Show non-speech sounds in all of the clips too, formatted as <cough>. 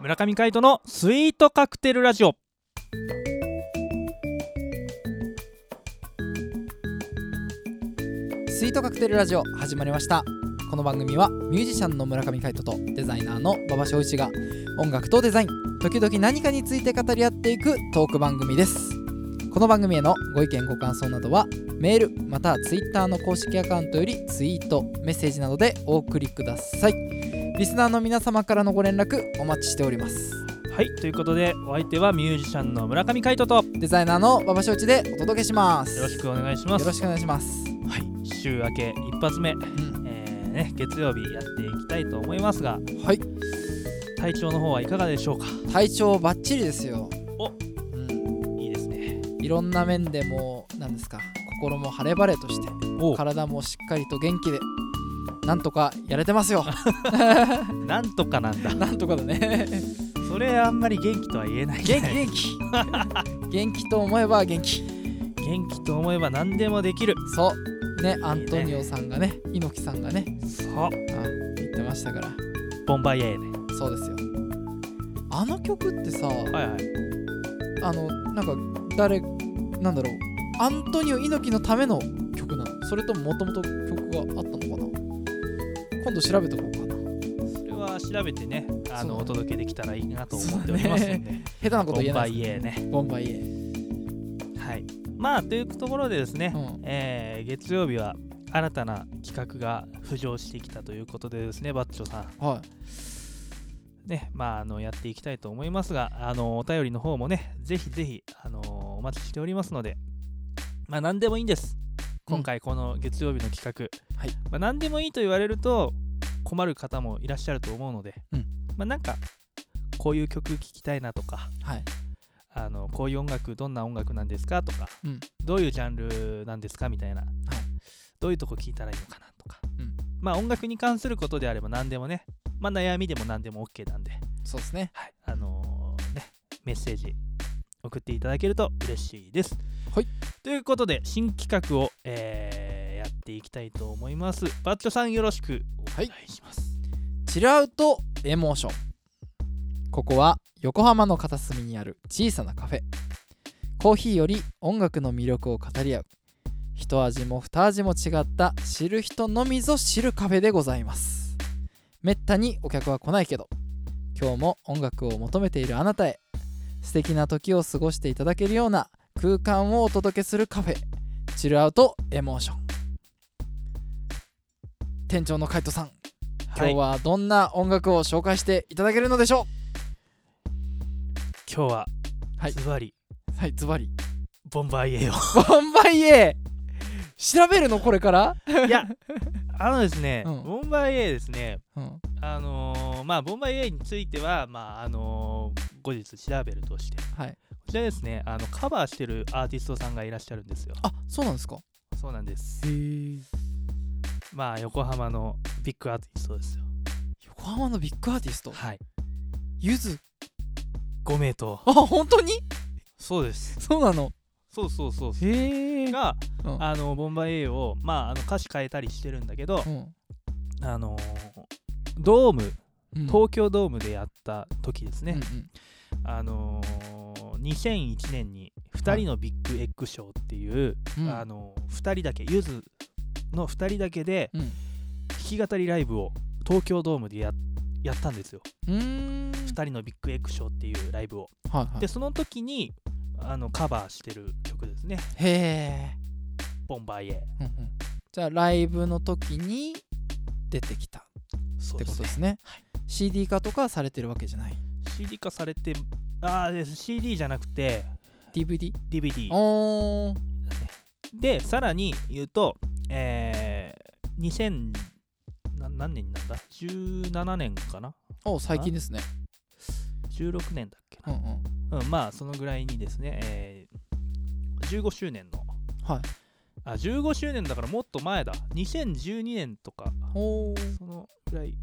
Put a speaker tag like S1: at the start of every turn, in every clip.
S1: 村上海人のスイートカクテルラジオ
S2: スイートカクテルラジオ始まりましたこの番組はミュージシャンの村上海人とデザイナーの馬場翔一が音楽とデザイン時々何かについて語り合っていくトーク番組ですこの番組へのご意見ご感想などはメールまたはツイッターの公式アカウントよりツイートメッセージなどでお送りくださいリスナーの皆様からのご連絡お待ちしております
S1: はいということでお相手はミュージシャンの村上海人とよ
S2: デザイナーの馬場翔一でお届けします
S1: ろしくお願いします
S2: よろしくお願いします、
S1: はい週明け一発目、
S2: うん
S1: えーね、月曜日やっていきたいと思いますが
S2: はい
S1: 体調の方はいかがでしょうか
S2: 体調バッチリですよ
S1: お
S2: うん
S1: いいですね
S2: いろんな面でもうなんですか心も晴れ晴れとして
S1: お
S2: 体もしっかりと元気でなんとかやれてますよ
S1: なんとかなんだ
S2: <laughs> なんとかだね
S1: それあんまり元気とは言えない
S2: 元気元気元気と思えば元気
S1: 気元気と思えば何でもできる
S2: そうねアントニオさんがね猪木さんがね
S1: そう
S2: あ言ってましたから
S1: ボンバイエーね
S2: そうですよあの曲ってさ
S1: はいはい
S2: あのなんか誰なんだろうアントニオ猪木のための曲なのそれとももともと曲があったのかな今度調べとこうかな
S1: それは調べてねあの
S2: そう
S1: お届けできたらいいなと思っておりますんで、<laughs>
S2: そう下手なこ
S1: ボ
S2: と
S1: ン
S2: 言え
S1: バ
S2: ないで
S1: イエーね
S2: すボンバイエ
S1: はいまあというところでですね、
S2: うん
S1: えー月曜日は新たな企画が浮上してきたということでですねバッチョさん
S2: は
S1: ねまああのやっていきたいと思いますがあのお便りの方もねぜひぜひあのお待ちしておりますのでまあ何でもいいんです今回この月曜日の企画、
S2: はい
S1: まあ、何でもいいと言われると困る方もいらっしゃると思うので、
S2: うん
S1: まあなんかこういう曲聴きたいなとか
S2: いはい
S1: あのこういう音楽どんな音楽なんですかとか、
S2: うん
S1: どういうジャンルなんですかみたいな、どういうとこ聞いたらいいのかなとか、
S2: うん
S1: まあ音楽に関することであれば何でもね、まあ、悩みでも何でも OK なんで、
S2: そうですね
S1: はいあのーね、メッセージ送っていただけると嬉しいです。
S2: はい
S1: ということで新企画を、えーやっていきたいと思います。バッチョさんよろしくお願いします。
S2: チルアウトエモーションここは横浜の片隅にある小さなカフェコーヒーより音楽の魅力を語り合う一味も二味も違った知る人のみぞ知るカフェでございますめったにお客は来ないけど今日も音楽を求めているあなたへ素敵な時を過ごしていただけるような空間をお届けするカフェチルアウトエモーション店長の海斗さん今
S1: は
S2: 日
S1: い
S2: はどんな音楽を紹介していただけるのでしょ
S1: 今日は、
S2: はい
S1: ズバリ
S2: うはいズバ <laughs> リ
S1: ボンバイエーを
S2: ボンバイエ調べるのこれから、
S1: いやあのですね、
S2: うん
S1: ボンバイエーですね
S2: うん、
S1: あのーまあボンバイエーについてはまああのー後日調べるとしてこ
S2: はい
S1: ちらですねあのカバーしてるアーティストさんがいらっしゃるんですよ
S2: あそうなんですか
S1: そうなんです
S2: え
S1: まあ横浜のビッグアーティストですよ
S2: 横浜のビッグアーティスト
S1: はい
S2: ゆず
S1: 5名と
S2: あ本当に
S1: そうです
S2: そうなの
S1: そうそうそうそう
S2: へえ
S1: が、
S2: うん
S1: あのボンバイエーをまああの歌詞変えたりしてるんだけど、
S2: うん
S1: あのードーム
S2: うん
S1: 東京ドームでやった時ですね、
S2: うんうん
S1: あのー2001年に2人のビッグエッグ賞っていう、
S2: うん
S1: あの2人だけゆずの2人だけで
S2: うん
S1: 弾き語りライブを東京ドームでややったんですよ
S2: うーん
S1: 2人のビッグエッグ賞っていうライブを
S2: はいはい
S1: でその時にあのカバーしてる曲ですね
S2: へえ、
S1: 「ボンバイエ
S2: うんうん、じゃあライブの時に出てきたっ
S1: ー」そう
S2: て
S1: で
S2: こ
S1: す
S2: と
S1: ね
S2: ですね CD 化とかされてるわけじゃない
S1: CD 化されてああ CD じゃなくて
S2: DVD?
S1: DVD
S2: おー
S1: でさらに言うとえー、2000な何年になんだ17年かな
S2: お最近ですね
S1: 16年だっけ
S2: うんうん
S1: な、うん、まあそのぐらいにですね、えー、15周年の
S2: はい
S1: あ15周年だからもっと前だ2012年とか
S2: おー
S1: そのぐらい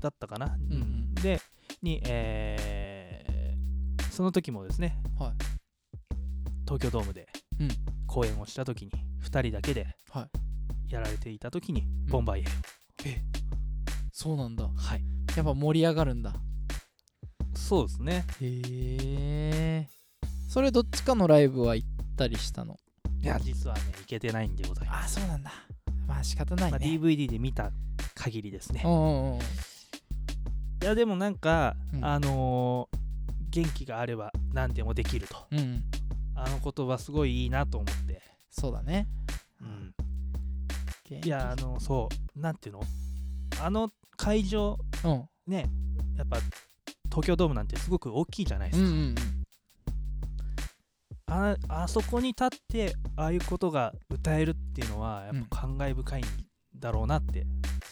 S1: だったかな、
S2: んうん
S1: でにえー、その時もですね
S2: はい
S1: 東京ドームで
S2: うん
S1: 公演をした時に2 2人だけで
S2: は
S1: やられていた時にボンバイエーを、
S2: そうなんだ
S1: はい
S2: やっぱ盛り上がるんだ
S1: そうですね
S2: へえそれどっちかのライブは行ったりしたの
S1: いや実はね行けてないんでございます、
S2: あそうなんだまあ仕方ない
S1: まあ、
S2: ね、
S1: DVD で見た限りですね
S2: うんうんう
S1: い
S2: ん
S1: やでもなんか、
S2: うん
S1: あのー元気があれば何でもできると
S2: うんうん
S1: あの言葉すごいいいなと思って、
S2: そうだね
S1: うん、いやあのそうなんていうのあの会場
S2: うん
S1: ねやっぱ東京ドームなんてすごく大きいじゃないで
S2: うん
S1: すか、
S2: うん
S1: ああそこに立ってああいうことが歌えるっていうのはやっぱ感慨深いんだろうなって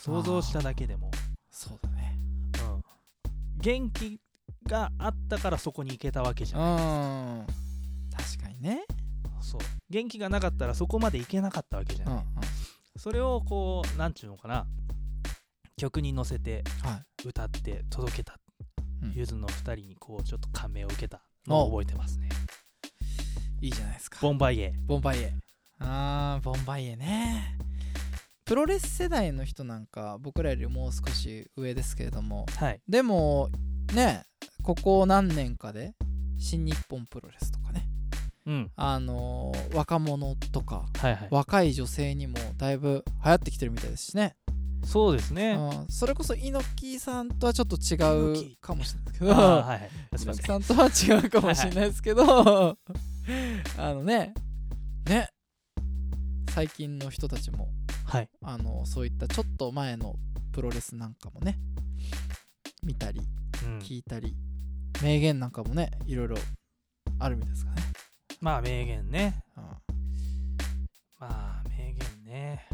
S1: 想像しただけでも、
S2: そうだね
S1: うん、元気があったからそこに行けたわけじ
S2: う
S1: ゃない、
S2: ん確かにね
S1: そう元気がなかったらそこまで行けなかったわけじゃ
S2: うん
S1: ない、
S2: うん
S1: それをこうなんちゅうのかな曲に乗せて
S2: はい
S1: 歌って届けた、
S2: うん
S1: ゆずの2人にこうちょっと感銘を受けたのを覚えてますね
S2: いいじゃないですか
S1: ボンバイエ
S2: ボンバイエあーボンバイエねプロレス世代の人なんか僕らよりもう少し上ですけれども
S1: はい
S2: でもねここ何年かで新日本プロレスとかね
S1: うん
S2: あのー若者とか
S1: はいはい
S2: 若い女性にもだいぶ流行ってきてるみたいですしね、
S1: そうですね、
S2: うん、それこそ猪木さんとはちょっと違
S1: 猪
S2: う
S1: 木
S2: かもしれないですけ
S1: あ
S2: ど
S1: ーはいはいすいま
S2: 猪
S1: せ
S2: 木
S1: ん
S2: さんとは違うかもしれないですけど <laughs> あのねね最近の人たちも
S1: はい
S2: あのそういったちょっと前のプロレスなんかもね見たり
S1: うん
S2: 聞いたり、名言なんかもねいろいろあるみたいですからね、
S1: まあ名言ね
S2: うん
S1: まあ名言ね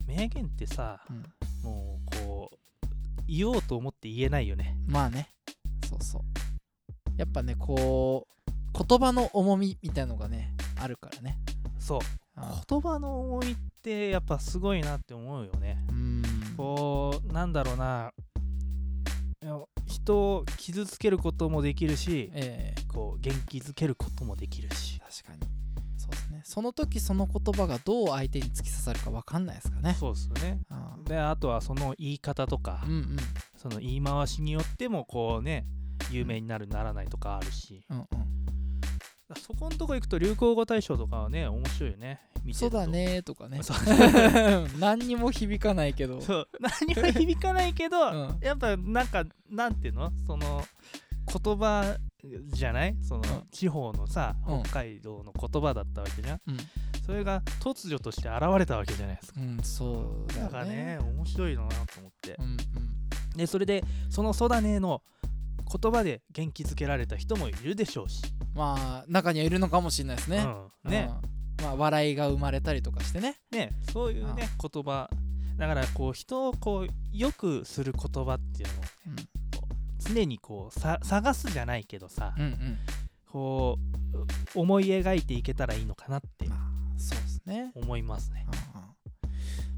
S2: う
S1: 名言ってさ
S2: んうん
S1: もうこう言おうと思って言えないよね
S2: まあねそうそうやっぱねこう言葉の重みみたいのがねあるからね
S1: そう
S2: うん
S1: 言葉の重みってやっぱすごいなって思うよね
S2: うん
S1: こうなんだろうないや人を傷つけることもできるし
S2: ええ
S1: こう元気づけることもできるし
S2: 確かにそうですねその時その言葉がどう相手に突き刺さるか分かんないですからね
S1: そうですよね
S2: うん
S1: であとはその言い方とか、
S2: うんうん
S1: その言い回しによってもこうね有名になるならないとかあるし
S2: うんうん
S1: そこのとこ行くと流行語大賞とかはね面白いよね見て
S2: そう
S1: ると
S2: だねーとかね
S1: そう
S2: <laughs> 何にも響かないけど
S1: そう <laughs> 何も響かないけど、
S2: うん
S1: やっぱなんかなんていうのその言葉じゃないその、
S2: うん
S1: 地方のさ
S2: うん
S1: 北海道の言葉だったわけじゃん、
S2: うん
S1: それが突如として現れたわけじゃないですか
S2: うんそうだ
S1: だ
S2: よ
S1: からね
S2: ね
S1: 面白いのなと思って
S2: うんうん
S1: でそれでその「そうだね」の言葉で元気づけられた人もいるでしょうし、
S2: まあ中にはいるのかもしれないですね、
S1: うんね、
S2: うんまあ笑いが生まれたりとかしてね
S1: ねそういうね言葉だからこう人をこうよくする言葉っていうのを
S2: うん
S1: 常にこうさ探すじゃないけどさ、
S2: うん
S1: こう思い描いていけたらいいのかなって
S2: まあそうですね、
S1: 思いますね
S2: う。んうん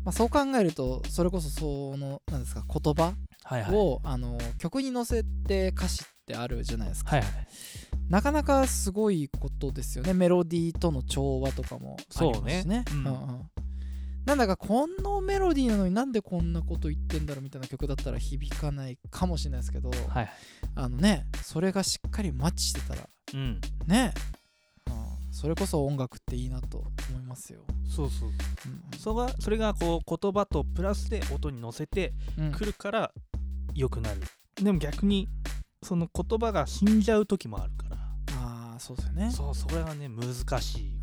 S2: まあ、そう考えるとそれこそそのなんですか言葉
S1: はいはい。
S2: を、あの曲に乗せて歌詞ってあるじゃないですか、
S1: はいはい。
S2: なかなかすごいことですよねメロディーとの調和とかもありますしね
S1: そうねうん
S2: んうんなんだかこのメロディーなのになんでこんなこと言ってんだろうみたいな曲だったら響かないかもしれないですけど、
S1: はいはい。
S2: あのねそれがしっかりマッチしてたら
S1: うん。
S2: ね、うん、それこそ音楽っていいなと思いますよ、
S1: そうそう。
S2: うん
S1: そがそれがこう言葉とプラスで音に乗せて
S2: うん
S1: くるから良くなる。でも逆にその言葉が死んじゃう時もあるから。
S2: ああそうですよね
S1: そうそれはね難しい。
S2: うん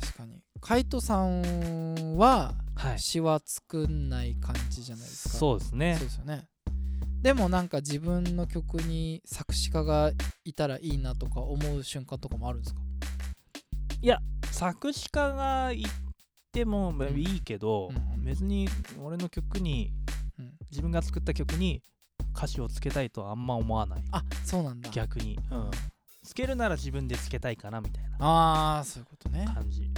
S2: 確かにカイトさんは
S1: はい。
S2: 詩は作んない感じじゃないですか
S1: そうですね
S2: そう。ですよねでもなんか自分の曲に作詞家がいたらいいなとか思う瞬間とかもあるんですか
S1: 作詞家が言ってもまあ
S2: うん
S1: いいけど、
S2: うん
S1: 別に俺の曲に、
S2: うん
S1: 自分が作った曲に歌詞をつけたいとはあんま思わない
S2: あそうなんだ
S1: 逆に、うん、つけるなら自分でつけたいかなみたいな
S2: ああそういうことね
S1: 感じ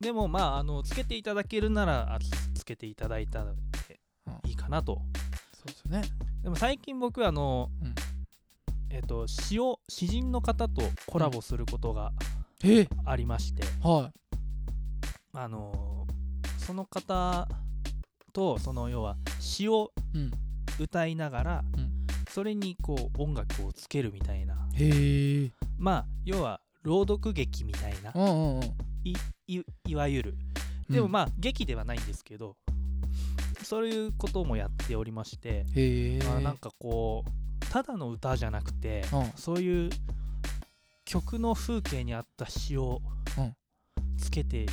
S1: でもまああのつけていただけるならあつつけていただいたのでいいかなと
S2: そうですよね
S1: でも最近僕あの、
S2: うん
S1: えっと詩を詩人の方とコラボすることが
S2: え
S1: ありまして
S2: は
S1: あのその方とその要は詩を
S2: いうん
S1: 歌いながら、
S2: うん
S1: それにこう音楽をつけるみたいな
S2: へえ
S1: まあ要は朗読劇みたいな
S2: うんうんうん
S1: いいわゆるでもまあ劇ではないんですけど、そういうこともやっておりまして、
S2: あへえ
S1: まあ、なんかこうただの歌じゃなくて、
S2: うん
S1: そういう曲の風景に合った詩を
S2: うん
S1: つけて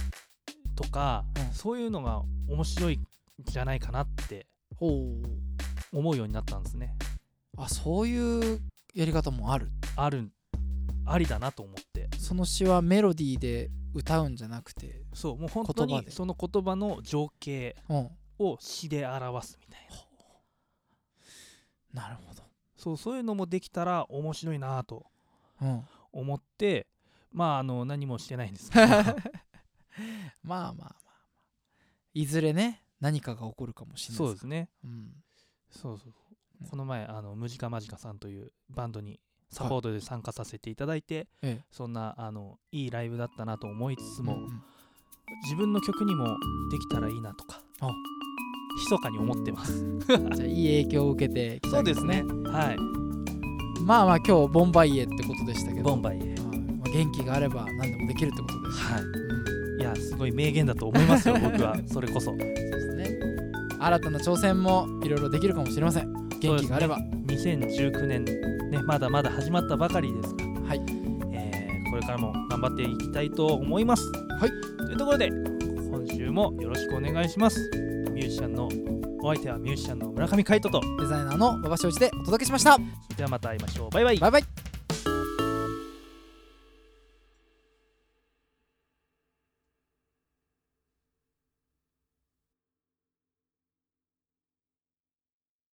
S1: とか、
S2: うん
S1: そういうのが面白いんじゃないかなって
S2: ほう
S1: 思うようになったんですね。
S2: あそういうやり方もある
S1: あるありだなと思って
S2: その詩はメロディーで歌うんじゃなくて
S1: そうもう本当
S2: 言葉
S1: に
S2: で
S1: その言葉の情景
S2: うん
S1: を詩で表すみたいな
S2: なるほど
S1: そうそういうのもできたら面白いなと
S2: うん
S1: 思ってまああの何もしてないんです
S2: <laughs>
S1: けど
S2: まあまあまあまあいずれね何かが起こるかもしれない、
S1: そうですすね
S2: うん、
S1: そうそう
S2: うん
S1: この前あのムジカマジカさんというバンドにサポートで参加させていただいて、
S2: え
S1: そんなあのいいライブだったなと思いつつ
S2: え
S1: も、
S2: んん
S1: 自分の曲にもできたらいいなとか
S2: あ
S1: 密かに思ってます
S2: じゃあいい影響を受けてきたわけ
S1: は
S2: まあまあ今日ボンバイエってことでしたけ
S1: い
S2: ど
S1: ボンバイへ
S2: はいまあ元気があれば何でもできるってことです、
S1: はい
S2: うん
S1: いやすごい名言だと思いますよ僕はそれこそ
S2: そうですね新たな挑戦もいろいろできるかもしれません元気があれば、
S1: 2019年ねまだまだ始まったばかりですが、
S2: はい
S1: えーこれからも頑張っていきたいと思います
S2: はい
S1: というところで今週もよろしくお願いしますミュージシャンのお相手はミュージシャンの村上海人と
S2: デザイナーの馬場正治でお届けしました
S1: ではまた会いましょうバイバイ
S2: バイバイ